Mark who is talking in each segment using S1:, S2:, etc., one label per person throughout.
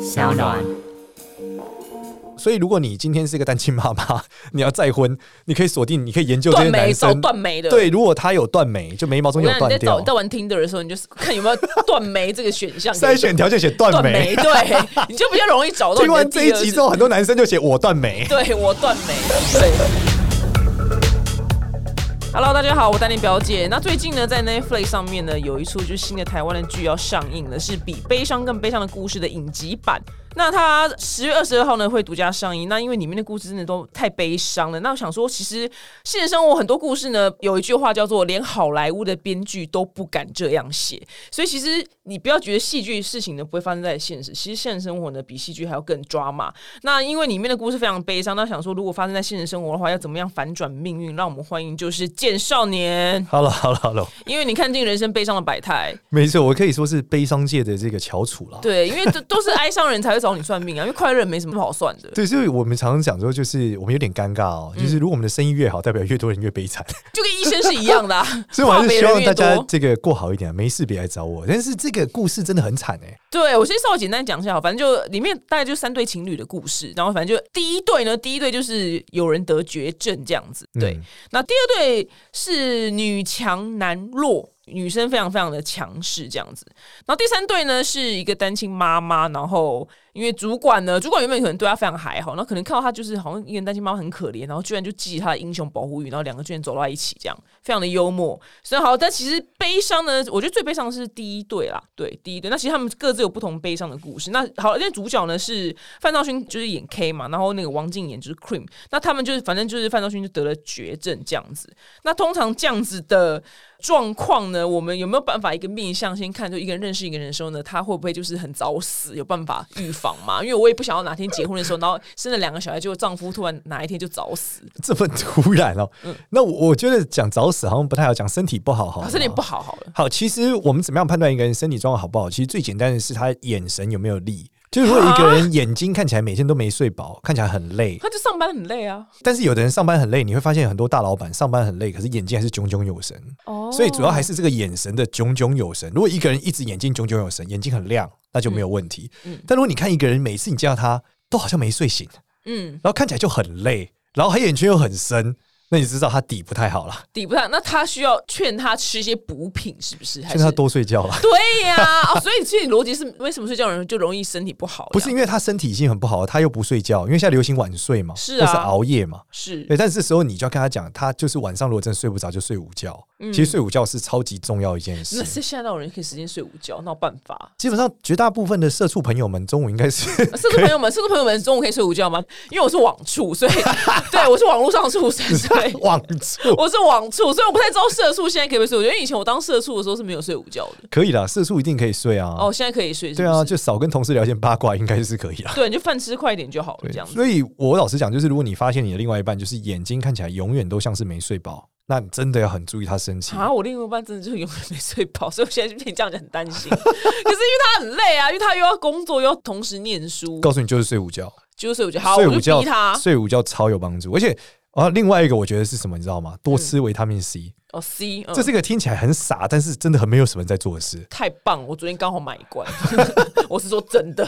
S1: 小暖。
S2: 所以，如果你今天是一个单亲妈妈， 你要再婚，你可以锁定，你可以研究这
S3: 断
S2: 些
S3: 眉
S2: 男
S3: 找
S2: 生。
S3: 断眉的，
S2: 对，如果他有断眉，就眉毛
S3: 我
S2: 中
S3: 跟你
S2: 间
S3: 讲，
S2: 有
S3: 你在
S2: 断
S3: 找
S2: 掉，
S3: 到玩 Tinder 的时候，你就是看有没有断眉这个选项。
S2: 筛选条件写断
S3: 断
S2: 眉。
S3: 眉，对，你就比较容易找到。
S2: 听完这一集之，后，很多男生就写我断眉。
S3: 对我断眉，对。Hello，大家好，我丹妮表姐。那最近呢，在 Netflix 上面呢，有一出就是新的台湾的剧要上映了，是比《悲伤更悲伤的故事》的影集版。那它十月二十二号呢会独家上映。那因为里面的故事真的都太悲伤了。那我想说，其实现实生活很多故事呢，有一句话叫做“连好莱坞的编剧都不敢这样写”。所以其实你不要觉得戏剧事情呢不会发生在现实，其实现实生活呢比戏剧还要更抓马。那因为里面的故事非常悲伤，那想说如果发生在现实生活的话，要怎么样反转命运？让我们欢迎就是《剑少年》，
S2: 好了好了好了，
S3: 因为你看尽人生悲伤的百态，
S2: 没错，我可以说是悲伤界的这个翘楚啦。
S3: 对，因为 都都是哀伤人才会找你算命啊，因为快乐没什么好算的。
S2: 对，所以我们常常讲说，就是我们有点尴尬哦，
S3: 嗯
S2: 就是如果我们的生意越好，代表越多人越悲 惨。
S3: 就跟医生是一样的、啊，
S2: 所以我还
S3: 话
S2: 是
S3: 别
S2: 希
S3: 人
S2: 望大
S3: 越
S2: 家
S3: 多。
S2: 这个过好一点啊，没事别来找我。但是这个故事真的很惨哎、
S3: 对我先稍微简单讲一下，反正就里面大概就三对情侣的故事，然后反正就第一对呢，第一对就是有人得绝症这样子，对。
S2: 嗯
S3: 那第二对是女强男弱。女生非常非常的强势这样子，然后第三对呢是一个单亲妈妈，然后因为主管呢，主管原本可能对她非常还好，那可能看到她就是好像一个单亲妈妈很可怜，然后居然就寄她的英雄保护欲，然后两个居然走到一起，这样非常的幽默。所以好，但其实悲伤呢，我觉得最悲伤的是第一对啦，对第一对。那其实他们各自有不同悲伤的故事。那好，因为主角呢是 范兆勋，就是演 K 嘛，然后那个王静演就是 Cream，那他们就是反正就是范兆勋就得了绝症这样子。那通常这样子的状况呢，我们有没有办法一个面向先看，就一个人认识一个人的时候呢，他会不会就是很早死？有办法预防吗？因为我也不想要哪天结婚的时候，然后生了两个小孩，结果丈夫突然哪一天就早死，
S2: 这么突然哦。
S3: 嗯
S2: 那我我觉得讲早死好像不太好，讲身体不好好了，
S3: 啊身体不好好了。
S2: 好，其实我们怎么样判断一个人身体状况好不好？其实最简单的是他眼神有没有力。就是如果一
S3: 啊
S2: 个人眼睛看起来每天都没睡饱，看起来很累，
S3: 他就上班很累啊，
S2: 但是有的人上班很累，你会发现很多大老板上班很累，可是眼睛还是炯炯有神。
S3: 哦
S2: 所以主要还是这个眼神的炯炯有神。如果一个人一直眼睛炯炯有神，眼睛很亮，那就没有问题。
S3: 嗯嗯
S2: 但如果你看一个人，每次你见到他都好像没睡醒，
S3: 嗯
S2: 然后看起来就很累，然后黑眼圈又很深，那你知道他底不太好了，
S3: 抵不上。那他需要劝他吃一些补品，是不是？还
S2: 劝
S3: 是
S2: 他多睡觉了。
S3: 对呀、哦所以其实逻辑是为什么睡觉的人就容易身体不好？
S2: 不是因为他身体已经很不好了，他又不睡觉，因为现在流行晚睡嘛，
S3: 是啊
S2: 或是熬夜嘛。
S3: 是
S2: 对，但是这时候你就要跟他讲，他就是晚上如果真的睡不着，就睡午觉。其实睡午觉是超级重要一件事。
S3: 嗯那。是现在到人可以时间睡午觉，那有办法
S2: 基本上绝大部分的社畜朋友们中午应该是
S3: 社畜朋友们，社畜朋友们，中午可以睡午觉吗？因为我是网 畜，所以对我是网络上畜生，所以
S2: 忘住。
S3: 我是网畜，所以我不太知道社畜现在可不可以睡午觉。因为以前我当社畜的时候是没有睡午觉的，
S2: 可以啦，社畜一定可以睡啊。
S3: 哦，现在可以睡是不
S2: 对
S3: 是
S2: 啊，就少跟同事聊天八卦，应该是可以 啦。
S3: 对，你就饭吃快一点就好了，这样子。
S2: 所以我老实讲，就是如果你发现你的另外一半就是眼睛看起来永远都像是没睡饱，那你真的要很注意他生气。
S3: 啊，我另外一半真的就是永远没睡饱，所以我现在就变这样子很担 心。可是因为他很累啊，因为他又要工作，又要同时念 书，
S2: 告诉你就是睡午觉，
S3: 就是我就好，
S2: 睡
S3: 我
S2: 午
S3: 就
S2: 觉
S3: 逼他
S2: 睡午觉超有帮助，而且。啊，另外一个我觉得是什么，你知道吗？多吃维他命 C，、
S3: 哦 C，嗯
S2: 这是一个听起来很傻，但是真的很没有什么人在做的事，
S3: 太棒！我昨天刚好买一 罐， 我是说真的，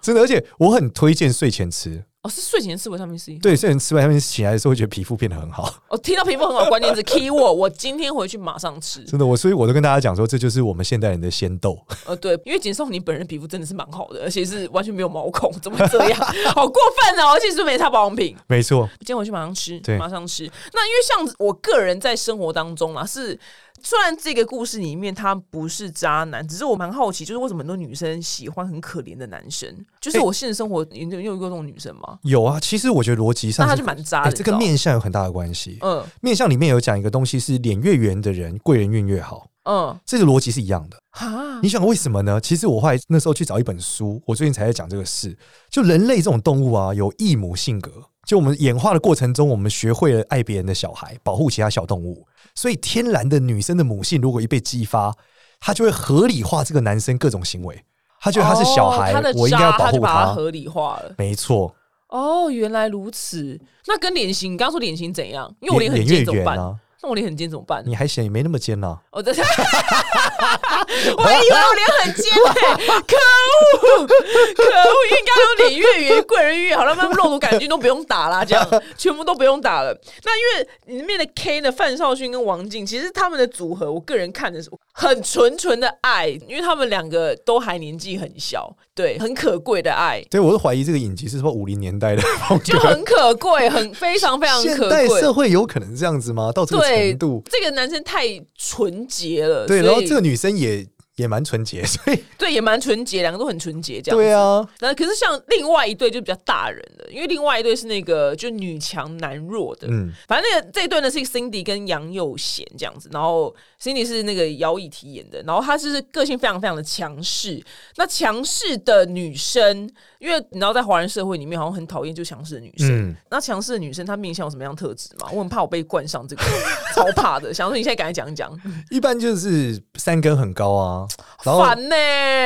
S2: 真的。而且我很推荐睡前吃，
S3: 哦，是睡前吃维他命 C。
S2: 对，睡前吃维他命 C 醒来的时候会觉得皮肤变得很好，
S3: 我、听到皮肤很好的关键字 key word，我今天回去马上吃。
S2: 真的。我所以我都跟大家讲说，这就是我们现代人的仙豆。
S3: 呃，对，因为简少你本人皮肤真的是蛮好的，而且是完全没有毛孔，怎么会这样？好过分哦！而且是没擦保养品，
S2: 没错，
S3: 今天回去马上吃
S2: 对，
S3: 马上吃。那因为像我个人在生活当中啊，是虽然这个故事里面他不是渣男，只是我蛮好奇，就是为什么很多女生喜欢很可怜的男生？就是
S2: 哎
S3: 我现实生活，你有你有遇过这种女生吗？
S2: 有啊。其实我觉得逻辑上
S3: 那
S2: 是
S3: 她就蛮渣
S2: 哎
S3: 的，
S2: 这跟
S3: 你知嗯
S2: 面相有很大的关系。
S3: 道吗，
S2: 面相里面有讲一个东西是脸越圆的人，贵人运越好，
S3: 嗯嗯，
S2: 这个逻辑是一样的。
S3: 哈，
S2: 你想为什么呢？其实我后来那时候去找一本书，我最近才在讲这个事。就人类这种动物啊，有异母性格。就我们演化的过程中，我们学会了爱别人的小孩，保护其他小动物。所以天然的女生的母性，如果一被激发，她就会合理化这个男生各种行为。她觉得他是小孩，
S3: 哦他的
S2: 我应该要
S3: 渣
S2: 保
S3: 他就
S2: 护
S3: 把它合理化了。
S2: 没错，
S3: 哦，原来如此。那跟脸型，你刚刚说脸型怎样？因为我
S2: 脸
S3: 很
S2: 越
S3: 尖怎么
S2: 圆
S3: 办？
S2: 啊，
S3: 那我脸很尖怎么办？
S2: 你还嫌也没那么尖啊呐、
S3: 我真的， 我还以为我脸很尖欸，可恶， 可恶！应该有脸越圆，贵人越好，他们肉毒杆菌都不用打啦，这样全部都不用打了。那因为里面的 K 的范少勋跟王静，其实他们的组合，我个人看的是很纯纯的爱，因为他们两个都还年纪很小，对，很可贵的爱。
S2: 对，我是怀疑这个影集是不是五零年 代的风
S3: 就
S2: 格？
S3: 很可贵，很非常非常可
S2: 现代
S3: 贵。
S2: 社会有可能这样子吗？到这个
S3: 对
S2: 程度，，
S3: 这个男生太纯洁了，
S2: 对，
S3: 所
S2: 然后
S3: 以
S2: 这个女生也也蛮纯 洁，所以
S3: 对也蛮纯洁，两个都很纯洁这样。
S2: 对啊，
S3: 那可是像另外一对就比较大人的，因为另外一对是那个就女强男弱的。
S2: 嗯，
S3: 反正那个这一对呢是 Cindy 跟杨佑贤这样子，然后 Cindy 是那个姚以缇演的，然后她就是个性非常非常的强势。那强势的女生，因为你知道在华人社会里面好像很讨厌就强势的女生，
S2: 嗯
S3: 那强势的女生她面向有什么样的特质嘛？我很怕我被冠上这个， 超怕的。想说你现在赶快讲 一讲，
S2: 一般就是三根很高啊，然后
S3: 烦呢、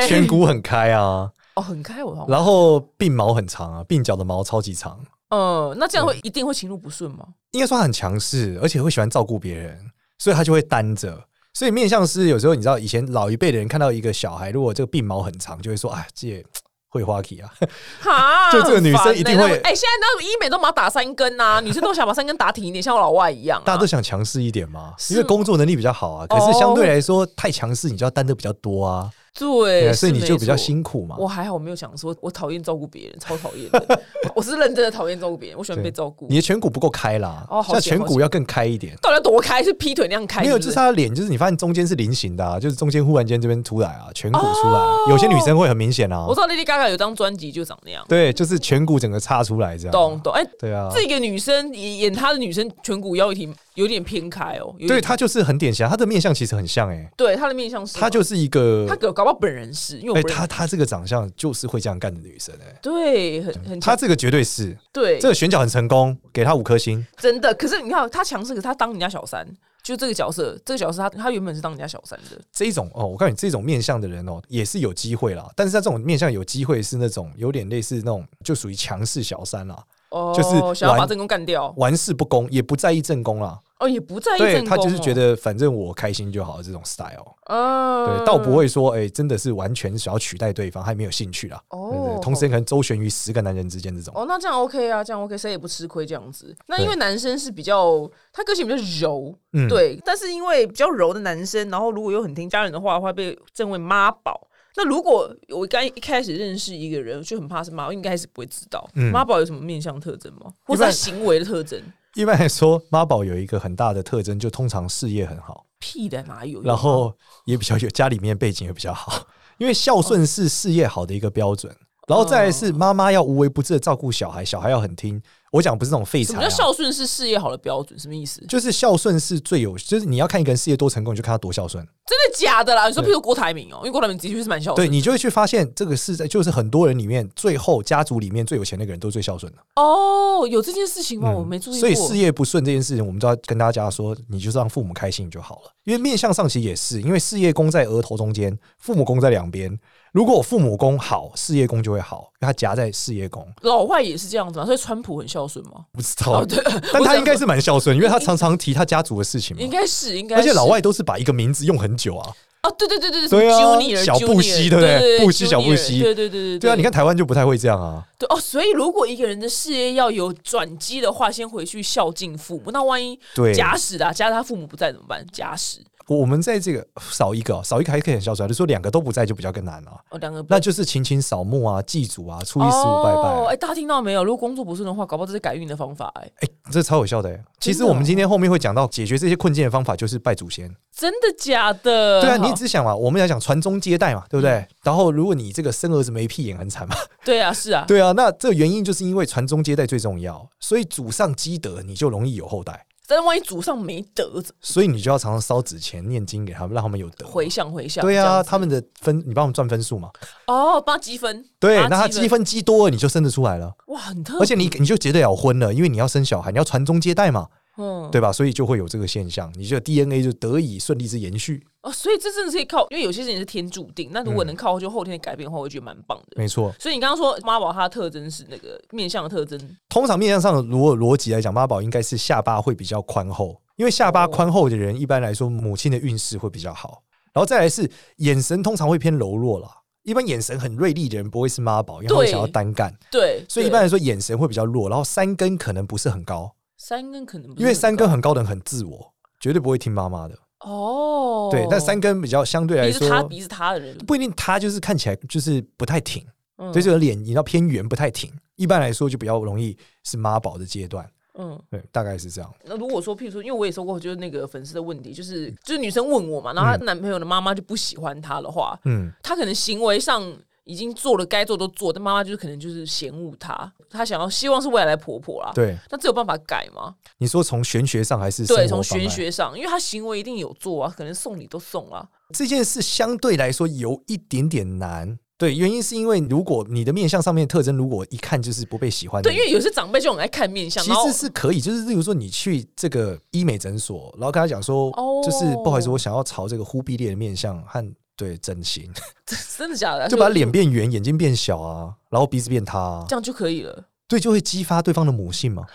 S2: 颧骨很开啊，
S3: 哦，很开我好像，
S2: 然后鬓毛很长啊，鬓角的毛超级长，
S3: 嗯，那这样会一定会情路不顺吗？
S2: 应该说他很强势，而且会喜欢照顾别人，所以他就会单着。所以面相师有时候你知道，以前老一辈的人看到一个小孩，如果这个鬓毛很长，就会说：“啊，这会花期啊。
S3: 哈，
S2: 就这个女生
S3: 很烦
S2: 一定
S3: 欸
S2: 会
S3: 那我哎、现在那医美都把它打三 根呐、女生都想把三根打挺一点，像我老外一样、啊。
S2: 大家都想强势一点嘛，
S3: 是
S2: 因为工作能力比较好啊。可是相对来说，太强势你就要担的比较多啊，
S3: 哦对，
S2: 对，所以
S3: 是
S2: 你就
S3: 没
S2: 比较
S3: 错。
S2: 辛苦嘛。
S3: 我还好，我没有想说，我讨厌照顾别人，超 讨厌的。我是认真的讨厌照顾别人，我喜欢被照顾
S2: 你。的颧骨不够开啦，
S3: 哦好
S2: 像
S3: 险
S2: 颧
S3: 好
S2: 骨要更开一点。
S3: 到底要多开？是劈腿那样开
S2: 没有，
S3: 不
S2: 就是他的脸，就是你发现中间是菱形的，啊，就是中间忽然间这边出来啊，颧骨出来啊、有些女生会很明显啊
S3: 哦我，知道 Lady Gaga 有张专辑就长那样，
S2: 对，就是颧骨整个插出来这样。
S3: 懂？懂？哎、
S2: 对啊，
S3: 这个女生演演她的女生颧骨腰一挺有点偏开哦，有点
S2: 对他就是很典型啊，他的面相其实很像哎、
S3: 对她的面相是吗，
S2: 他就是一个
S3: 她搞搞不好本人是，因为我
S2: 哎、
S3: 不认
S2: 他他这个长相就是会这样干的女生哎、
S3: 对很很
S2: 他
S3: 强
S2: 这个绝对是
S3: 对
S2: 这个选角很成功，给他五颗星。
S3: 真的，可是你看他强势，可是他当人家小三，就这个角色，这个角色他他原本是当人家小三的，
S2: 这一种哦，我告诉你，这种面相的人哦，也是有机会啦。但是他这种面相有机会是那种有点类似那种，就属于强势小三啦，
S3: 哦，
S2: 就是
S3: 想要把
S2: 玩
S3: 正宫干掉，
S2: 玩世不恭，也不在意正宫啦。
S3: 哦，也不在意
S2: 对
S3: 正宫、哦，
S2: 他就是觉，得反正我开心就好，这种 style。
S3: 嗯，
S2: 对，倒不会说哎、真的是完全想要取代对方，还没有兴趣啦。对对
S3: 哦
S2: 对，同时也可能周旋于十个男人之间这种。
S3: 哦，那这样 OK 啊，这样 OK，谁也不吃亏这样子。那
S2: 对
S3: 因为男生是比较，他个性比较柔，
S2: 嗯
S3: 对，但是因为比较柔的男生，然后如果又很听家人的话的话，被称为妈宝。那如果我刚一开始认识一个人，就很怕是妈，我应该是不会知道
S2: 嗯
S3: 妈宝有什么面相特征吗？或
S2: 一
S3: 者他
S2: 般
S3: 行为的特征？
S2: 一般来说，妈宝有一个很大的特征，就通常事业很好，
S3: 屁的哪有？
S2: 然后也比较有家里面背景也比较好，因为孝顺是事业好的一个标准。然后再来
S3: 嗯
S2: 是妈妈要无微不至的照顾小孩，小孩要很听。我讲不是那种废
S3: 什
S2: 材、
S3: 么
S2: 啊
S3: 叫，孝顺是事业好的标准？什么意思？真
S2: 就是孝顺是最有，就是你要看一个人事业多成功，你就看他多孝顺。
S3: 的假的啦？你说，譬
S2: 对
S3: 如郭台铭哦、因为郭台铭的确是蛮孝
S2: 对
S3: 顺的。
S2: 你就会去发现，这个是在就是很多人里面，最后家族里面最有钱那个人都最孝顺的。
S3: 哦，有这件事情吗？我没注意过。
S2: 嗯所以事业不顺这件事情，我们都要跟大家说，你就是让父母开心就好了。因为面相上其实也是，因为事业宫在额头中间，父母宫在两边。如果我父母宫好，事业宫就会好，因为它夹在事业宫。
S3: 老外也是这样子嘛，所以川普很孝顺吗？
S2: 不知
S3: 哦，
S2: 道，
S3: 对，
S2: 但
S3: 我
S2: 他
S3: 想
S2: 应该是蛮孝顺，因为他常常提他家族的事情
S3: 应
S2: 嘛。
S3: 该是应该
S2: 嗯
S3: 是，
S2: 而且老外都是把一个名字用很久啊，
S3: 哦，对对对对
S2: 对啊
S3: j u
S2: 小布希对不对
S3: 对？
S2: 布希小布希
S3: Junior，对对对对
S2: 对啊，你看台湾就不太会这样啊。
S3: 对哦，所以如果一个人的事业要有转机的话，先回去孝敬父母。那万一
S2: 对，
S3: 假使啊，假使他父母不在怎么办？假使
S2: 我我们在这个少一个哦，少一个还可以很孝顺，就说两个都不在就比较更难啊。
S3: 哦，两个不
S2: 那就是勤勤扫墓啊、祭祖啊、初一十五拜拜啊
S3: 哦，哎、大家听到没有？如果工作不顺的话，搞不好这是改运的方法、哎，
S2: 哎、这超有效的、欸。其实我们今天后面会讲到解决这些困境的方法，就是拜祖先。
S3: 真的假的？
S2: 对啊，你
S3: 好嗯
S2: 只想嘛，我们要讲传宗接代嘛，对不对？然后如果你这个生儿子没屁眼很 惨嘛，
S3: 对啊，是啊，
S2: 对啊，那这个原因就是因为传宗接代最重要，所以祖上积德，你就容易有后代，
S3: 但是万一祖上没德，怎
S2: 所以你就要常常烧纸钱、念经给他们，让他们有德
S3: 么。回向回向，
S2: 对
S3: 这
S2: 啊，
S3: 样子
S2: 他们的分你帮我们赚分数嘛？
S3: 哦，帮他积分，
S2: 对，
S3: 帮
S2: 那他积分积多了，你就生得出来了，
S3: 哇，很特别，
S2: 而且你你就结得了婚了，因为你要生小孩，你要传宗接代嘛，
S3: 嗯，
S2: 对吧？所以就会有这个现象，你就 DNA 就得以顺利之延续。
S3: 哦，所以这真的是可以靠，因为有些事情是天注定。那如果
S2: 嗯
S3: 能靠就后天的改变的话，我觉得蛮棒的。
S2: 没错，
S3: 所以你刚刚说妈宝，它的特征是那个面相的特征，
S2: 通常面向上，如果逻辑来讲，妈宝应该是下巴会比较宽厚，因为下
S3: 哦
S2: 巴宽厚的人一般来说母亲的运势会比较好。然后再来是眼神通常会偏柔弱啦，一般眼神很锐利的人不会是妈宝，因为他会
S3: 对
S2: 想要单干，
S3: 对，
S2: 所以一
S3: 对
S2: 般来说眼神会比较弱。然后三根可能不是很高，
S3: 三根可能不是
S2: 因为
S3: 很
S2: 三根
S3: 高
S2: 很高的人很自我，绝对不会听妈妈的。
S3: 哦，
S2: 对，但三根比较相对来
S3: 鼻子塌
S2: 说
S3: 鼻子塌的人，
S2: 不一定，他就是看起来就是不太挺，
S3: 嗯
S2: 所以这个脸你要偏圆不太挺。一般来说就比较容易是妈宝的阶段，
S3: 嗯。
S2: 对，大概是这样。
S3: 那如果说，譬如说，因为我也收过，就是那个粉丝的问题，就是
S2: 嗯
S3: 就是女生问我嘛，然后她男朋友的妈妈就不喜欢她的话，
S2: 嗯，
S3: 她可能行为上已经做了该做都做，但妈妈就是可能就是嫌恶她，她想要希望是未来的婆婆啦。，
S2: 对，
S3: 那这有办法改吗？
S2: 你说从玄学上还是生
S3: 对，从
S2: 活方
S3: 玄
S2: 面
S3: 学上，因为她行为一定有做啊，可能送礼都送啊了，
S2: 这件事相对来说有一点点难。对，原因是因为如果你的面相上面的特征，如果一看就是不被喜欢的
S3: 对，
S2: 人，
S3: 因为有些长辈就很爱看面相，
S2: 其
S3: 然后
S2: 实是可以，就是例如说你去这个医美诊所，然后跟他讲说，
S3: 哦
S2: 就是不好意思，我想要朝这个忽必烈的面相和对整形，
S3: 真的假的，啊
S2: 就把脸变圆，眼睛变小啊，然后鼻子变塌、啊
S3: 这，样就可以了。
S2: 对，就会激发对方的母性嘛，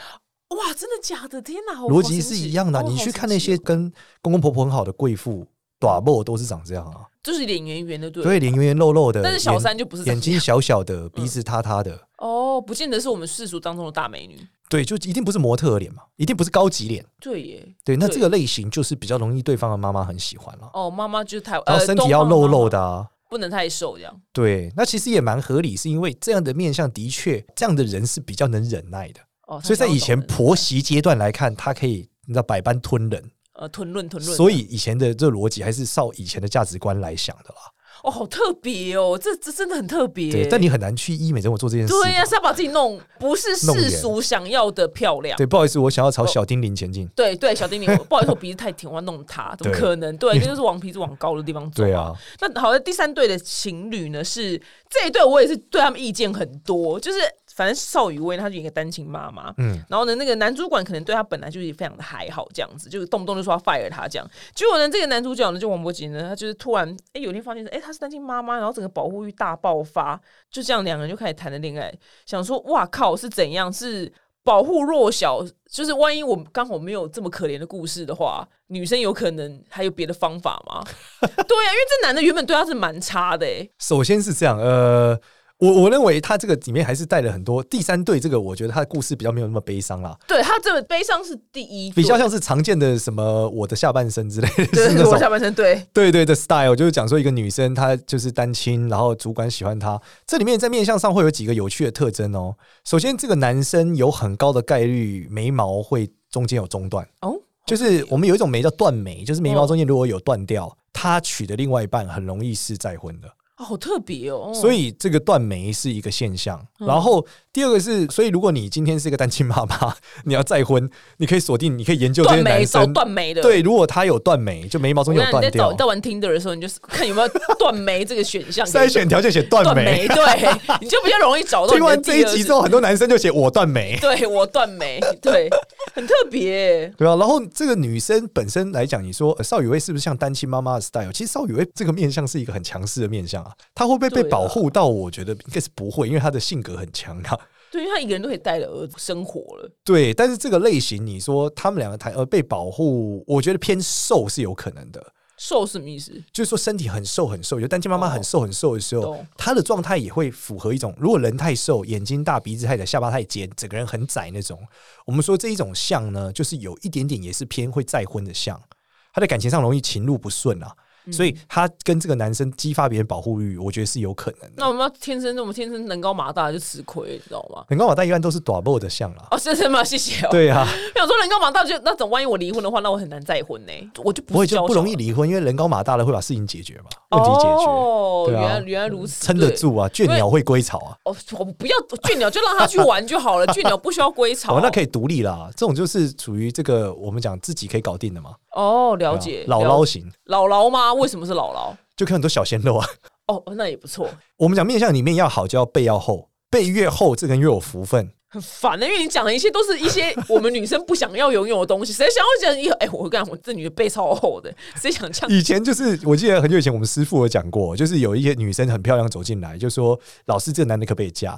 S3: 哇，真的假的？天哦哪，好
S2: 逻辑是一样的啊。
S3: 好神
S2: 你
S3: 奇
S2: 去看
S3: 哦
S2: 那些跟公公婆婆很好的贵妇，短毛都是长这样啊，
S3: 就是脸圆圆的，对。
S2: 对，脸圆圆肉肉的，
S3: 但是小
S2: 眼
S3: 三就不是
S2: 眼
S3: 长这样嗯
S2: 睛小小的，鼻子塌塌的。
S3: 哦，不见得是我们世俗当中的大美女。
S2: 对，就一定不是模特儿脸嘛，一定不是高级脸。
S3: 对耶，
S2: 对，那这个类型就是比较容易对方的妈妈很喜欢了，
S3: 哦，妈妈就是太
S2: 然后
S3: 呃
S2: 身体要
S3: 东方
S2: 露
S3: 妈妈
S2: 露的啊。
S3: 不能太瘦这样。
S2: 对，那其实也蛮合理，是因为这样的面相的确，这样的人是比较能忍耐的，
S3: 哦，她
S2: 所以在
S3: 想要
S2: 以前
S3: 懂人
S2: 婆媳阶段来看，他可以你知道百般吞忍，
S3: 呃吞论吞论，
S2: 所以以前的这个逻辑还是照以前的价值观来想的啦。
S3: 哦，好特别哦，这这真的很特别。
S2: 对，但你很难去医美诊所做这件事。
S3: 对呀、是要把自己弄不是
S2: 弄圆
S3: 世俗想要的漂亮。
S2: 对，不好意思，我想要朝小丁玲前进。
S3: 对对，小丁你不好意思，我鼻子太甜，我要弄它，怎么
S2: 对
S3: 可能？ 对，这就是往鼻子往高的地方走。
S2: 对啊，
S3: 那好像第三对的情侣呢，是这一对我也是对他们意见很多，就是反正邵雨薇她是一个单亲妈妈，
S2: 嗯，
S3: 然后呢，那个男主管可能对她本来就是非常的还好，这样子，就是动不动就说要 fire 她这样。结果呢，这个男主角呢，就王伯杰呢，他就是突然哎、有一天发现说，哎、她是单亲妈妈，然后整个保护欲大爆发，就这样两个人就开始谈了恋爱，想说哇靠是怎样是。保护弱小，就是万一我刚好没有这么可怜的故事的话，女生有可能还有别的方法吗？对啊，因为这男的原本对他是蛮差的、欸，
S2: 首先是这样，呃，我我认为他这个里面还是带了很多第三对这个，我觉得他的故事比较没有那么悲伤啦，
S3: 对他这个悲伤是第一，
S2: 比较像是常见的什么我的下半身之类的，
S3: 对
S2: 是
S3: 对
S2: 那
S3: 对我
S2: 种
S3: 下半身对
S2: 对对的 style，就是讲说一个女生她就是单亲，然后主管喜欢她。这里面在面相上会有几个有趣的特征哦。首先，这个男生有很高的概率眉毛会中间有中断，
S3: 哦，
S2: 就是我们有一种眉叫断眉，就是眉毛
S3: 哦
S2: 中间如果有断掉，他娶的另外一半很容易是再婚的。
S3: 哦好特别哦，嗯
S2: 所
S3: 以
S2: 以这个断眉是一个现象。然后第二个是，所以如果你今天是一个单亲妈妈， 你要再婚，你可以锁定，你可以研究这些
S3: 断眉
S2: 男
S3: 找
S2: 生。
S3: 断眉的，
S2: 对，如果他有断眉，就眉毛中
S3: 我
S2: 间有
S3: 让
S2: 断
S3: 你在找
S2: 掉，
S3: 在玩 Tinder 的时候，你就是看有没有断眉这个选 项，
S2: 筛选条件写断
S3: 断
S2: 眉。
S3: 眉，对， 你就比较容易找到你
S2: 听
S3: 的
S2: 完
S3: 第
S2: 这一
S3: 二
S2: 集
S3: 次
S2: 之后，，很多男生就写我断眉。
S3: 对我断眉，对，很特别、欸
S2: 对啊，然后这个女生本身来讲，你说呃邵雨薇是不是像单亲妈妈的 style？其实邵雨薇这个面相是一个很强势的面相啊，她会不会被
S3: 对啊
S2: 保护到？我觉得应该是不会，因为她的性格很强啊。
S3: 对，因为他一个人都可以带着儿子生活了，
S2: 对，但是这个类型，你说他们两个谈而呃被保护，我觉得偏瘦是有可能的。
S3: 瘦是什么意思？
S2: 就是说身体很瘦很瘦，有单亲妈妈
S3: 哦
S2: 很瘦很瘦的时候
S3: 懂，
S2: 她的状态也会符合一种，如果人太瘦，眼睛大，鼻子太窄，下巴太尖，整个人很窄那种。我们说这一种像呢，就是有一点点也是偏会再婚的像，她在感情上容易情路不顺啊，
S3: 嗯
S2: 所以她跟这个男生激发别人保护欲，我觉得是有可能
S3: 那
S2: 的。
S3: 我们要天生，我们天生能高马大就吃亏，你知道吗？
S2: 很高马大一般都是短 o 的像啦，
S3: 哦，是是吗？谢谢哦。
S2: 对 啊，
S3: 我想说人高马大就那种，万一我离婚的话，那我很难再婚呢、我就
S2: 不会就
S3: 娇
S2: 不容易
S3: 小
S2: 离婚，因为人高马大了会把事情解决嘛，问题解决。
S3: 哦，
S2: 对啊
S3: 原来原来如此，
S2: 撑得
S3: 对。
S2: 住啊，倦鸟会归巢啊。
S3: 哦，我不要倦鸟，就让他去玩就好了。倦鸟不需要归 巢。
S2: 哦，那可
S3: 以。
S2: 以独立啦，这种就是属于这个我们讲自己可以搞定的嘛。
S3: 哦，了解。
S2: 啊姥
S3: 了
S2: 姥
S3: 解
S2: 型
S3: 姥姥吗？为什么是姥姥？
S2: 就可以很多小鲜肉啊。
S3: 哦，那也不错，
S2: 我们讲面相里面要好，就要背要厚，背越厚，这个人越有福 分。
S3: 很烦的、因为你讲的一切都是一些我们女生不想要拥有的东西。谁想要讲一？哎、我跟你讲，我这女的背超厚的，谁想 这样？
S2: 以前就是我记得很久以前我们师傅有讲过，就是有一些女生很漂亮走进来，就说老师这个男的可不可以嫁？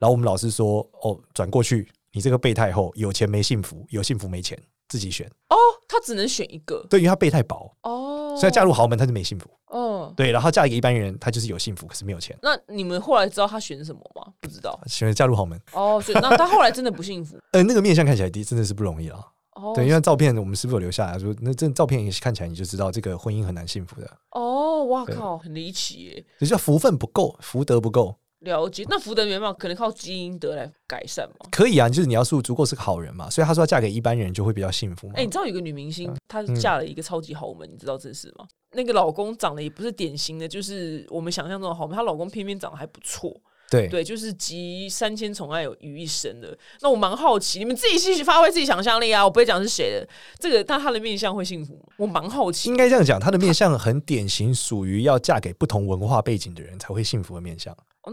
S2: 然后我们老师说哦，转过去，你这个背太厚，有钱没幸福，有幸福没钱，自己选。
S3: 哦，他只能选一个
S2: 对，因为她被太薄，
S3: 哦，
S2: 所以她嫁入豪门她就没幸福。
S3: 哦。
S2: 对，然后嫁给一般人，她就是有幸福，可是没有钱。
S3: 那你们后来知道他选什么吗？不知道
S2: 选择嫁入豪门，
S3: 哦，所以那他后来真的不幸福
S2: 呃，那个面相看起来的真的是不容易啊。
S3: 哦，
S2: 对，因为照片我们师傅有留下来说，那这照片也是看起来你就知道这个婚姻很难幸福的，
S3: 哦，哇
S2: 对
S3: 靠，很离奇耶！
S2: 也叫福分不够，福德不够。
S3: 了解，那福德原貌可能靠基因得来改善嘛？
S2: 可以啊，就是你要是足够是个好人嘛，所以她说要嫁给一般人就会比较幸福嘛。
S3: 哎、你知道有个女明
S2: 嗯
S3: 星，她嫁了一个超级豪门，你知道这事吗？那个老公长得也不是典型的，就是我们想象中的豪门，她老公偏偏长得还不错，
S2: 对，
S3: 对，就是集三千宠爱有于一身的。那我蛮好奇，你们自己去发挥自己想象力啊，我不会讲是谁的。这个，但她的面相会幸福吗？我蛮好奇
S2: 应。该这样讲，她的面相很典型，属于要嫁给不同文化背景的人才会幸福的面相，
S3: 哦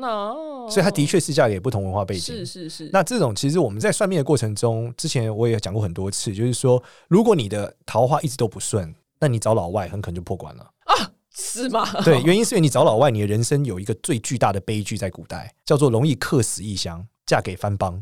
S3: 那
S2: 所以她的确是嫁给不同文化背景
S3: 是。是是，
S2: 那这种其实我们在算命的过程中，之前我也讲过很多次，就是说，如果你的桃花一直都不顺，那你找老外很可能就破关了。
S3: 是吗？
S2: 对，原因是因为你找老外，你的人生有一个最巨大的悲剧在古代，叫做容易客死异乡，嫁给番邦，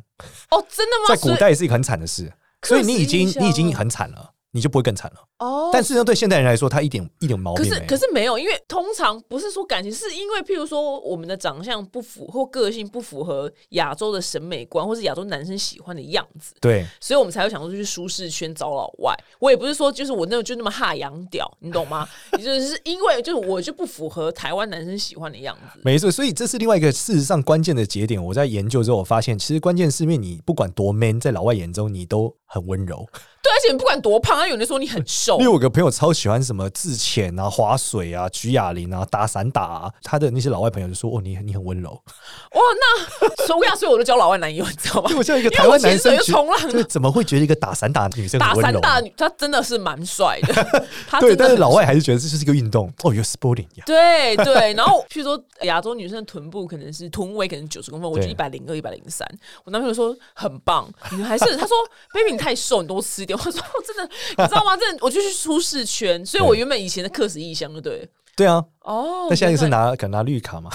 S3: 哦，真的吗？
S2: 在
S3: 所
S2: 古
S3: 以
S2: 代是一个很惨的事，所以你已经
S3: 客死异乡
S2: 你已经很惨了，你就不会更惨了。
S3: 哦，
S2: 但事实上，对现代人来说，他一点一点毛
S3: 可
S2: 病
S3: 是
S2: 没
S3: 可
S2: 有。
S3: 是没有，因为通常不是说感情，是因为譬如说我们的长相不符或个性不符合亚洲的审美观，或是亚洲男生喜欢的样子，
S2: 对，
S3: 所以我们才会想说去舒适圈找老外。我也不是说就是我那就那么哈洋屌，你懂 吗？就是因为就是我就不符合台湾男生喜欢的样子。
S2: 没错，所以这是另外一个事实上关键的节点。我在研究之后，我发现其实关键是因为你不管多 man，在老外眼中你都很温柔。
S3: 对，而且你不管多胖，他有人说你 很瘦
S2: 因为，我有个朋友超喜欢什么自潜啊、划水啊、举哑铃啊、打散打啊，他的那些老外朋友就说：“哦，你你很温柔。
S3: 哇，那 所以我跟你讲所以我都交老外男友，你 知道吗”？
S2: 我像一个
S3: 因为
S2: 台
S3: 我
S2: 湾
S3: 其
S2: 男
S3: 实
S2: 生
S3: 就
S2: 觉
S3: 冲浪
S2: 就
S3: 的，
S2: 怎么会觉得一个打散打的女生
S3: 打
S2: 很温
S3: 三
S2: 柔？
S3: 大女，他真的是蛮帅 的，他
S2: 对，
S3: 真的
S2: 但是
S3: 很
S2: 老外还是觉得这就是一个运动哦，有 sporting 呀。
S3: 对对，然后譬如说亚洲女生的臀部可能是臀围可能九十公分，我就
S2: 对
S3: 一百零二、一百零三。我男朋友说很棒，你还是他说 baby 你太瘦，你多吃一点。我说我真的，你知道吗？真的，我就去舒适圈，所以我
S2: 对
S3: 原本以前的客死异乡，就对了。
S2: 对啊，
S3: 哦，
S2: 那现在
S3: 原
S2: 是
S3: 来
S2: 拿敢拿绿卡嘛？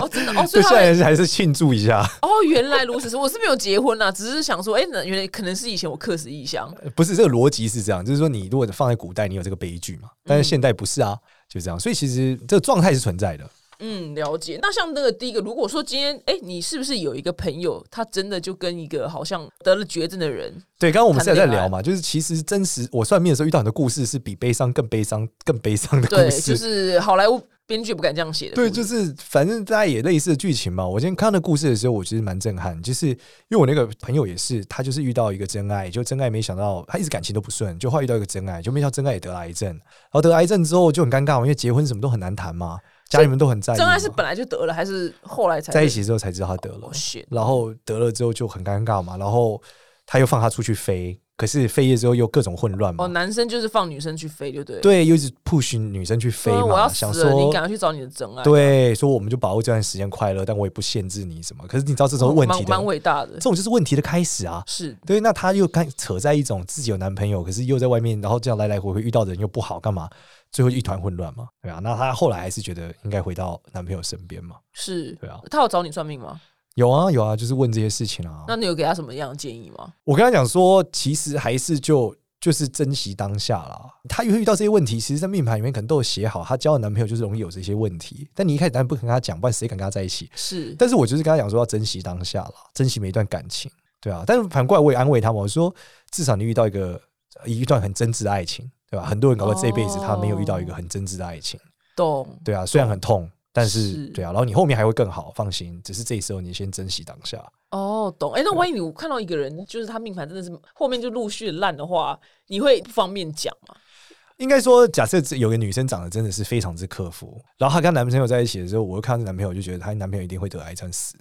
S3: 哦，真的 哦，
S2: 对，
S3: 所以
S2: 现
S3: 他们
S2: 在还是庆祝一下，
S3: 哦，原来如此，是我是没有结婚啦，只是想说，哎，那原来可能是以前我客死异乡。
S2: 不是这个逻辑是这样，就是说你如果放在古代，你有这个悲剧
S3: 嗯
S2: 嘛，但是现代不是啊，就这样，所以其实这个状态是存在的。
S3: 嗯，了解。那像那个第一个，如果说今天，哎，你是不是有一个朋友，他真的就跟一个好像得了绝症的人，
S2: 对，刚刚我们是在
S3: 谈恋爱
S2: 聊嘛，就是其实真实我算命的时候遇到很多故事是比悲伤更悲伤、更悲伤 的故
S3: 对，
S2: 事，
S3: 就是好莱坞编剧不敢这样写的故
S2: 对，
S3: 事。
S2: 就是反正大家也类似的剧情嘛。我今天看到故事的时候，我其实蛮震撼，就是因为我那个朋友也是，他就是遇到一个真爱，就真爱没想到他一直感情都不顺，就后来遇到一个真爱，就没想到真爱也得了癌症，然后得了癌症之后就很尴尬嘛，因为结婚什么都很难谈嘛，家里面都很在意嘛。
S3: 真爱是本来就得了，还是后来才
S2: 在一？起之后才知道他得了
S3: 哦、，shit！
S2: 然后得了之后就很尴尬嘛，然后他又放他出去飞，可是飞了之后又各种混乱嘛。
S3: 哦，男生就是放女生去飞，就对了。
S2: 对，又一直 push 女生去飞
S3: 说哦我
S2: 嘛，
S3: 要死
S2: 想
S3: 了，
S2: 说
S3: 你赶快去找你的真爱。
S2: 对，说我们就把握这段时间快乐，但我也不限制你什么。可是你知道这
S3: 哦，
S2: 种问题
S3: 蛮
S2: 的，
S3: 蛮伟大的
S2: 这。种就是问题的开始啊。
S3: 是
S2: 对，那他又看扯在一种自己有男朋友，可是又在外面，然后这样来来回回遇到的人又不好，干嘛？最后一团混乱嘛，对啊。那他后来还是觉得应该回到男朋友身边嘛，
S3: 是，
S2: 对啊。
S3: 他有找你算命吗？
S2: 有啊有啊，就是问这些事情啊。
S3: 那你有给他什么样的建议吗？
S2: 我跟他讲说，其实还是就就是珍惜当下啦。他因为遇到这些问题，其实，在命盘里面可能都有写好，他交的男朋友就是容易有这些问题。但你一开始当然不肯跟他讲，不然谁敢跟他在一起？
S3: 是
S2: 但是我就是跟他讲说要珍惜当下啦，珍惜每一段感情，对啊。但是反过来我也安慰他们，我说至少你遇到一个一段很真挚的爱情，对吧？很多人搞到这辈子他没有遇到一个很真挚的爱情，
S3: 懂。
S2: 对啊，虽然很痛。但是
S3: 是，
S2: 对啊，然后你后面还会更好，放心。只是这时候你先珍惜当下。
S3: 哦，懂。哎、那
S2: 啊
S3: 万一你看到一个人，就是他命盘真的是后面就陆续烂的话，你会不方便讲吗？
S2: 应该说，假设有个女生长得真的是非常之克服，然后她跟她男朋友在一起的时候，我又看到这男朋友，我就觉得她男朋友一定会得癌症死，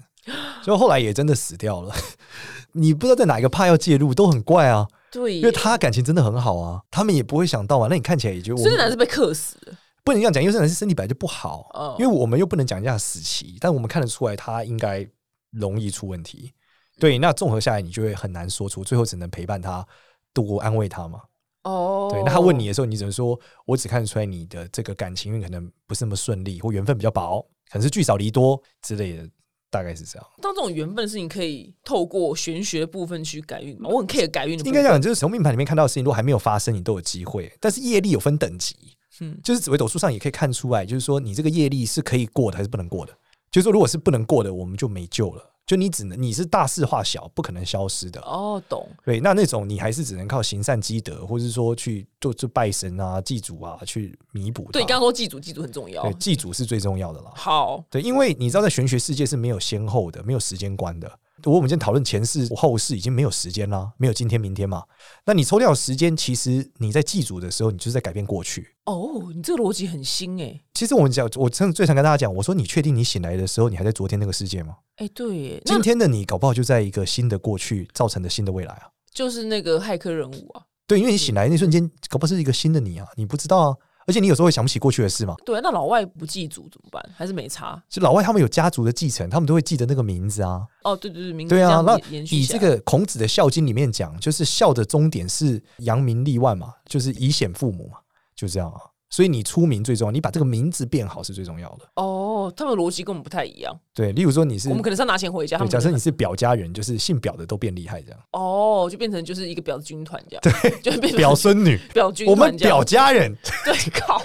S2: 就后来也真的死掉了。 你不知道在哪一个怕要介入，都很怪啊。
S3: 对耶，
S2: 因为他感情真的很好啊，他们也不会想到啊。那你看起来也就我
S3: 所以那
S2: 们
S3: 男是被克死的。
S2: 不能这样讲，因为这男生身体本来就不好，
S3: 哦
S2: 因为我们又不能讲一下死期，但我们看得出来他应该容易出问题。对，那综合下来，你就会很难说出，最后只能陪伴他，度过安慰他嘛。
S3: 哦，
S2: 对，那他问你的时候，你只能说，我只看得出来你的这个感情运可能不是那么顺利，或缘分比较薄，可能是聚少离多之类的。大概是这样。
S3: 当这种缘分的事情，可以透过玄学部分去改运嘛？我很 care 改运的
S2: 嗯
S3: 部
S2: 应
S3: 分，
S2: 该讲，就是从命盘里面看到的事情，如果还没有发生，你都有机会。但是业力有分等级，
S3: 嗯
S2: 就是紫微斗数上也可以看出来，就是说你这个业力是可以过的还是不能过的。就是说，如果是不能过的，我们就没救了。就你只能你是大事化小，不可能消失的。
S3: 哦，懂。
S2: 对，那那种你还是只能靠行善积德，或者是说去做做拜神啊、祭祖啊，去弥补它。
S3: 对，你刚刚说祭祖，祭祖很重要
S2: 对。祭祖是最重要的啦。
S3: 好，
S2: 对，因为你知道，在玄学世界是没有先后的，没有时间观的。我们今天讨论前世、后世，已经没有时间啦，没有今天、明天嘛。那你抽掉时间，其实你在祭祖的时候，你就是在改变过去。
S3: 哦，你这个逻辑很新哎、
S2: 其实我们讲，我真的最常跟大家讲，我说你确定你醒来的时候，你还在昨天那个世界吗？
S3: 哎、对耶，那
S2: 今天的你，搞不好就在一个新的过去造成的新的未来啊。
S3: 就是那个骇客任务啊。
S2: 对，因为你醒来那瞬
S3: 嗯
S2: 间，搞不好是一个新的你啊，你不知道啊。而且你有时候会想不起过去的事嘛。
S3: 对，啊那老外不祭祖怎么办？还是没差？
S2: 就老外他们有家族的继承，他们都会记得那个名字啊。
S3: 哦，对对对，明
S2: 对啊，
S3: 这
S2: 那
S3: 样延延续
S2: 以
S3: 下
S2: 这
S3: 来
S2: 个孔子的《孝经》里面讲，就是孝的终点是扬名立万嘛，就是以显父母嘛，就这样啊。所以你出名最重要，你把这个名字变好是最重要的。
S3: 哦，他们的逻辑跟我们不太一样。
S2: 对，例如说你是
S3: 我，们可能是要拿钱回家，
S2: 嗯
S3: 他
S2: 对，
S3: 们
S2: 假
S3: 可
S2: 设
S3: 能
S2: 你是表家人，就是姓表的都变厉害这样。
S3: 哦，就变成就是一个表子军团这样，对，就变成
S2: 表孙女，
S3: 表 军
S2: 我
S3: 团这样。
S2: 们表家 人，
S3: 对，靠，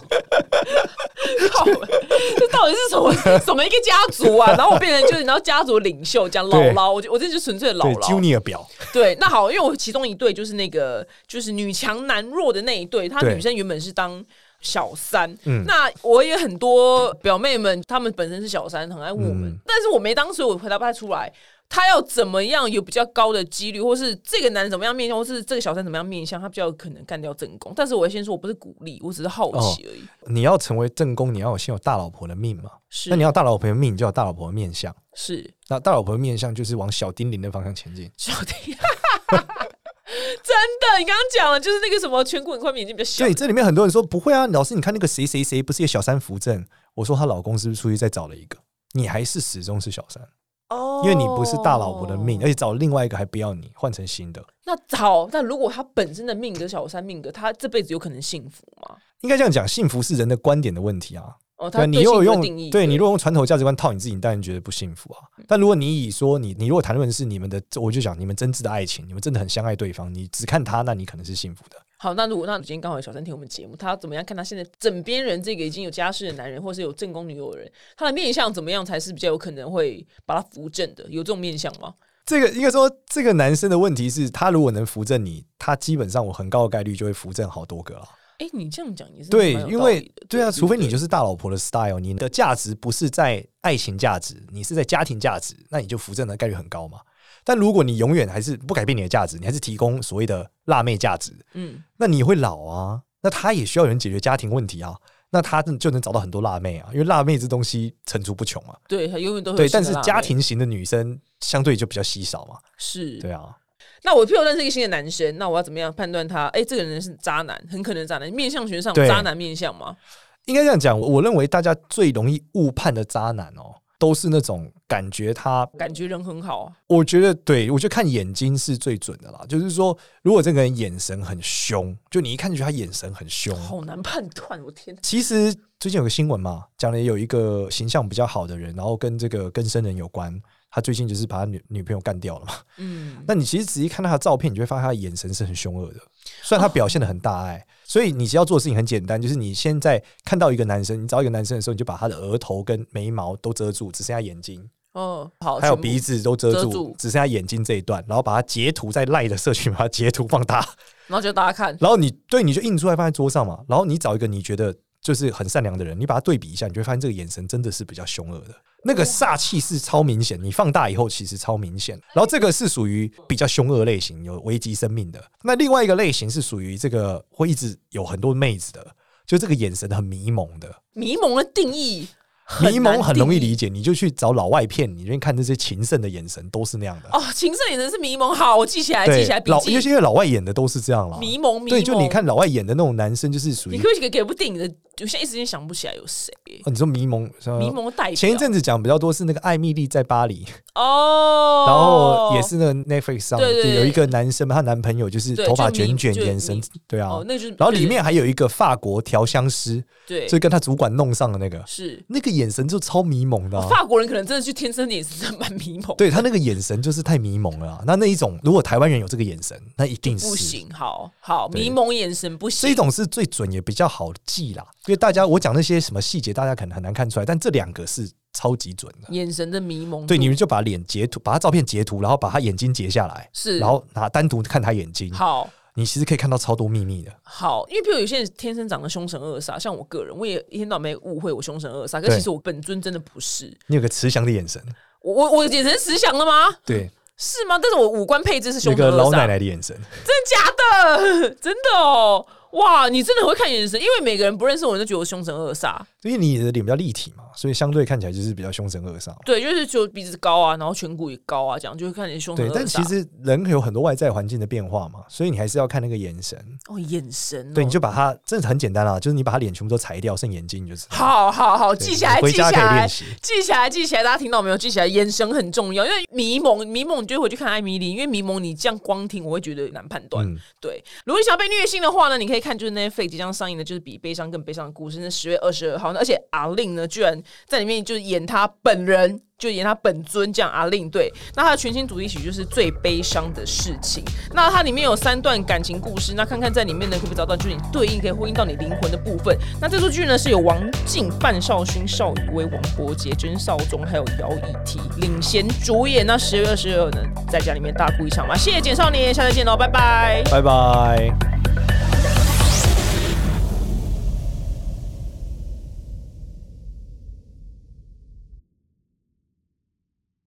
S3: 靠，这到底是什么什么一个家族啊？然后我变成就是，然后家族领袖这样姥
S2: 对
S3: 姥，我就我这就纯粹的
S2: 对
S3: 姥姥。
S2: ，Junior 表，
S3: 对，那好，因为我其中一对就是那个就是女强男弱的那一对，她
S2: 对
S3: 女生原本是当。小三，
S2: 嗯
S3: 那我也很多表妹们，她们本身是小三，很爱问我们，
S2: 嗯
S3: 但是我没当时我回答不太出来，她要怎么样有比较高的几率，或是这个男人怎么样面相，或是这个小三怎么样面相，她比较有可能干掉正宫。但是我先说，我不是鼓励，我只是好奇
S2: 哦
S3: 而已。
S2: 你要成为正宫，你要有先有大老婆的命嘛。
S3: 是，
S2: 那你要大老婆的命，你就要有大老婆的面相。
S3: 是
S2: 那大老婆的面相就是往小丁玲的方向前进。
S3: 小弟，真 的，你刚刚讲了，就是那个什么颧骨很宽，眼睛比较小
S2: 对，，这里面很多人说不会啊，老师，你看那个谁谁谁不是也小三扶正？我说她老公是不是出去再找了一个？你还是始终是小三，
S3: 哦
S2: 因为你不是大老婆的命，而且找另外一个还不要你，换成新的。
S3: 那好，那如果他本身的命格小三命格，他这辈子有可能幸福吗？
S2: 应该这样讲，幸福是人的观点的问题啊。
S3: 哦，
S2: 对啊，
S3: 他
S2: 你又
S3: 有
S2: 用
S3: 定义，嗯
S2: 对你如果用传统价值观套你自己，你当然觉得不幸福啊。但如果你以说你你如果谈论的是你们的，我就讲你们真挚的爱情，你们真的很相爱对方，你只看他，那你可能是幸福的。
S3: 好，那如果那今天刚好有小三听我们节目，他怎么样看他现在枕边人这个已经有家室的男人，或是有正宫女友的人，他的面相怎么样才是比较有可能会把他扶正的？有这种面相吗？
S2: 这个应该说，这个男生的问题是他如果能扶正你，他基本上我很高的概率就会扶正好多个了。
S3: 哎、你这样讲也是
S2: 对
S3: 蛮，有
S2: 因
S3: 道
S2: 为
S3: 理的
S2: 对啊，除非你
S3: 对
S2: 就是大老婆的 style，你的价值不是在爱情价值，你是在家庭价值，那你就扶正的概率很高嘛。但如果你永远还是不改变你的价值，你还是提供所谓的辣妹价值，
S3: 嗯，
S2: 那你会老啊，那他也需要有人解决家庭问题啊，那他就能找到很多辣妹啊，因为辣妹这东西层出不穷嘛。
S3: 对他永远都会有
S2: 对，
S3: 新
S2: 但
S3: 的
S2: 是
S3: 辣
S2: 家
S3: 妹
S2: 庭型的女生相对就比较稀少嘛。
S3: 是
S2: 对啊，
S3: 那我譬如认识一个新的男生，那我要怎么样判断他？哎、这个人是渣男，很可能渣男。面相学上，
S2: 对
S3: 渣男面相吗？
S2: 应该这样讲，我我认为大家最容易误判的渣男哦，都是那种感觉他
S3: 感觉人很好啊，
S2: 我觉得对，我觉得看眼睛是最准的啦。就是说，如果这个人眼神很凶，就你一看就觉得他眼神很凶。
S3: 好难判断。我天，
S2: 其实最近有个新闻嘛，讲的有一个形象比较好的人，然后跟这个跟生人有关。他最近就是把他女女朋友干掉了嘛。
S3: 嗯，
S2: 那你其实仔细看他的照片，你就会发现他的眼神是很凶恶的。虽然他表现的很大爱，所以你只要做的事情很简单，就是你现在看到一个男生，你找一个男生的时候，你就把他的额头跟眉毛都遮住，只剩下眼睛。
S3: 哦，好，
S2: 还有
S3: 全部
S2: 鼻子都遮
S3: 遮
S2: 住，
S3: 住
S2: 只剩下眼睛这一段，然后把它截图在赖的社群，把它截图放大，
S3: 然后就大家看，
S2: 然后你对你就印出来放在桌上嘛，然后你找一个你觉得就是很善良的人，你把它对比一下，你就会发现这个眼神真的是比较凶恶的，那个煞气是超明显，你放大以后其实超明显。然后这个是属于比较凶恶类型，有危及生命的。那另外一个类型是属于这个会一直有很多妹子的，就这个眼神很迷蒙的。
S3: 迷蒙的定义很难
S2: 迷蒙很容易
S3: 定义
S2: 理解，你就去找老外片，你就看那些情圣的眼神都是那样的。
S3: 哦。情圣眼神是迷蒙，好，我记起来，
S2: 对，
S3: 记起来，笔
S2: 老，
S3: 记
S2: 尤其因为老外演的都是这样啦。
S3: 迷蒙，迷蒙。
S2: 对，就你，看老外演的那种男生，就是属
S3: 你
S2: 于
S3: 可不可以给给部电影的？我现在一时间想不起来有谁，
S2: 哦你说迷蒙，呃
S3: 迷蒙代表。
S2: 前一阵子讲比较多是那个艾米丽在巴黎，
S3: 哦，
S2: 然后
S3: 哦，
S2: 也是那个 Netflix 上
S3: 对对
S2: 就
S3: 对
S2: 有一个男生，她男朋友就是
S3: 对
S2: 头发
S3: 就你
S2: 卷卷，
S3: 就
S2: 眼神
S3: 你
S2: 对啊
S3: 哦，，那就是
S2: 然后里面还有一个法国调香师，
S3: 对
S2: 就跟他主管弄上的那个，
S3: 是、
S2: 那个眼神就超迷蒙的、
S3: 哦
S2: 啊。
S3: 法国人可能真的去天生也是蛮迷蒙，
S2: 对他那个眼神就是太迷蒙了啊、那那一种，如果台湾人有这个眼神，那一定
S3: 不
S2: 是
S3: 行，好好
S2: 对
S3: 迷蒙眼神不行，
S2: 这一种是最准也比较好记啦。因为大家我讲那些什么细节，大家可能很难看出来，但这两个是超级准的。
S3: 眼神的迷蒙度，
S2: 对，你们就把脸截图，把他照片截图，然后把他眼睛截下来，
S3: 是
S2: 然后拿单独看他眼睛，
S3: 好。
S2: 你其实可以看到超多秘密的。
S3: 好，因为譬如有些人天生长得凶神恶煞，像我个人，我也一天到晚被误会我凶神恶煞，可
S2: 对
S3: 其实我本尊真的不是。
S2: 你有个慈祥的眼神，
S3: 我我我眼神慈祥了吗？
S2: 对，
S3: 是吗？但是我五官配置是
S2: 有
S3: 凶神
S2: 个
S3: 恶
S2: 老
S3: 煞，
S2: 奶奶的眼神，
S3: 真的假的？真的哦，哇，你真的很会看眼神，因为每个人不认识我，人都觉得我凶神恶煞。
S2: 因为你的脸比较立体嘛，所以相对看起来就是比较凶神恶煞。
S3: 对，就是就鼻子高啊，然后颧骨也高啊，这样就会看起来凶神
S2: 对
S3: 恶煞。，
S2: 但其实人有很多外在环境的变化嘛，所以你还是要看那个眼神。
S3: 哦，眼神、哦，
S2: 对，你就把它，这很简单啦，就是你把它脸全部都裁掉，剩眼睛你就知道。
S3: 好好好，
S2: 对
S3: 记下来，
S2: 回
S3: 记下
S2: 家可以
S3: 来
S2: 练。习。
S3: 记起来，记起来，大家听到没有？记起来，眼神很重要，因为迷蒙，迷蒙，你就会回去看艾米丽，因为迷蒙你这样光听，我会觉得难判断。
S2: 嗯
S3: 对，如果你想要被虐心的话呢，你可以看就是 Netflix 即将上映的，就是比悲伤更悲伤的故事，那十月二十二号，而且阿令呢，居然在里面就是演他本人。就演他本尊这样阿令对，那他的全新主题曲就是最悲伤的事情。那它里面有三段感情故事，那看看在里面呢可不可以找到就是你对应可以呼应到你灵魂的部分。那这出剧呢是由王静、范少勋、邵雨薇、王伯杰、甄少忠还有姚以缇领衔主演。那十月二十二呢，在家里面大哭一场嘛。谢谢简少年，下次见喽，拜拜。
S2: 拜拜。